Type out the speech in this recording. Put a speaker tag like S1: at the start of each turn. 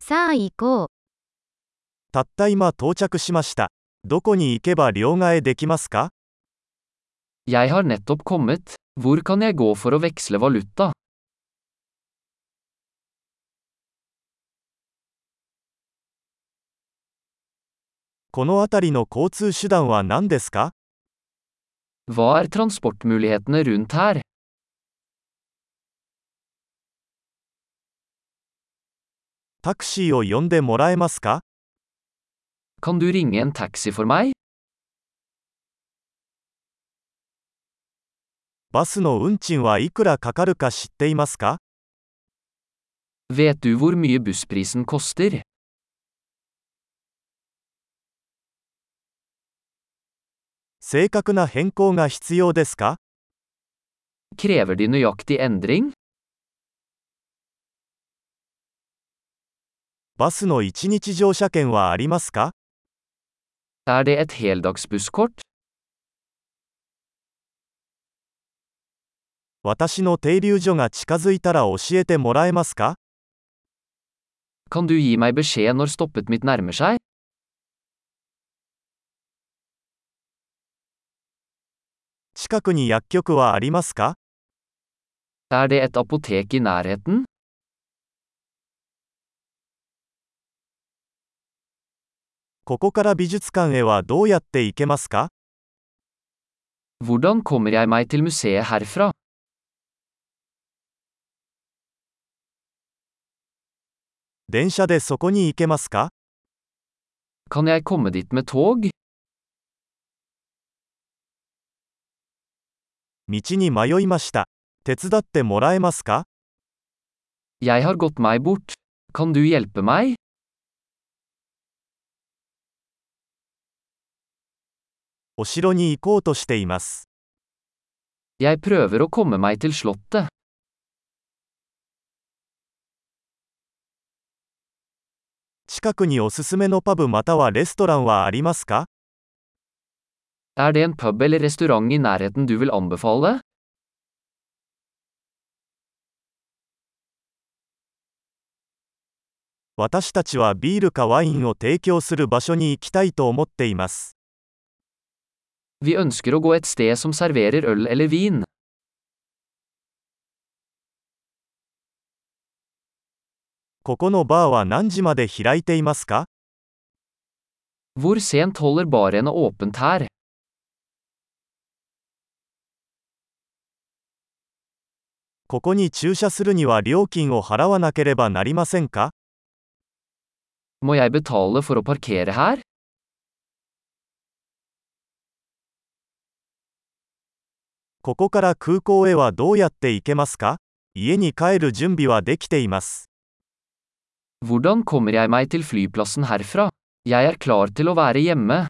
S1: さあ行こう。
S2: たった今到着しました。どこに行けば両替できますか
S3: Jeg har nettopp kommet. Hvor kan jeg gå for å veksle valuta?
S2: この辺りの交通手段は何ですか
S3: Hva er transportmulighetene rundt her?
S2: タクシーを呼んでもらえますか
S3: Kan du ringe en taxi for meg?
S2: バスの運賃はいくらかかるか知っていますか
S3: Vet du hvor mye bussprisen koster?
S2: 正確な変更が必要ですか
S3: Krever de nøyaktig endring?
S2: バスの1日乗車券はありますか
S3: Er det et heldagsbusskort?
S2: 私の停留所が近づいたら教えてもらえますか
S3: Kan du gi meg beskjed når stoppet mitt nærmer seg?
S2: 近くに薬局はありますか
S3: Er det et apotek i nærheten?
S2: ここから美術館へはどうやって行けますか
S3: Hvordan kommer jeg meg til museet herfra?
S2: 電車でそこに行けますか
S3: Kan jeg komme dit med tog?
S2: 道に迷いました。手伝ってもらえますか
S3: Jeg har gått meg bort. Kan du hjelpe meg?
S2: お城に行こうとしています。
S3: Jeg prøver å komme meg til slottet.
S2: 近くにおすすめのパブまたはレストランはありますか
S3: Er det en pub eller restaurant i nærheten du vil anbefale?
S2: 私たちはビールかワインを提供する場所に行きたいと思っています。
S3: Vi ønsker å gå et sted som serverer øl eller vin.
S2: ここのバーは何時まで開いていますか
S3: Hvor sent holder barene åpent her?
S2: ここに駐車するには料金を払わなければなりませんか
S3: Må jeg betale for å parkere her?
S2: ここから空港へはどうやって行けますか家に帰る準備はできています。
S3: Hvordan kommer jeg meg til flyplassen herfra? Jeg er klar til å være hjemme.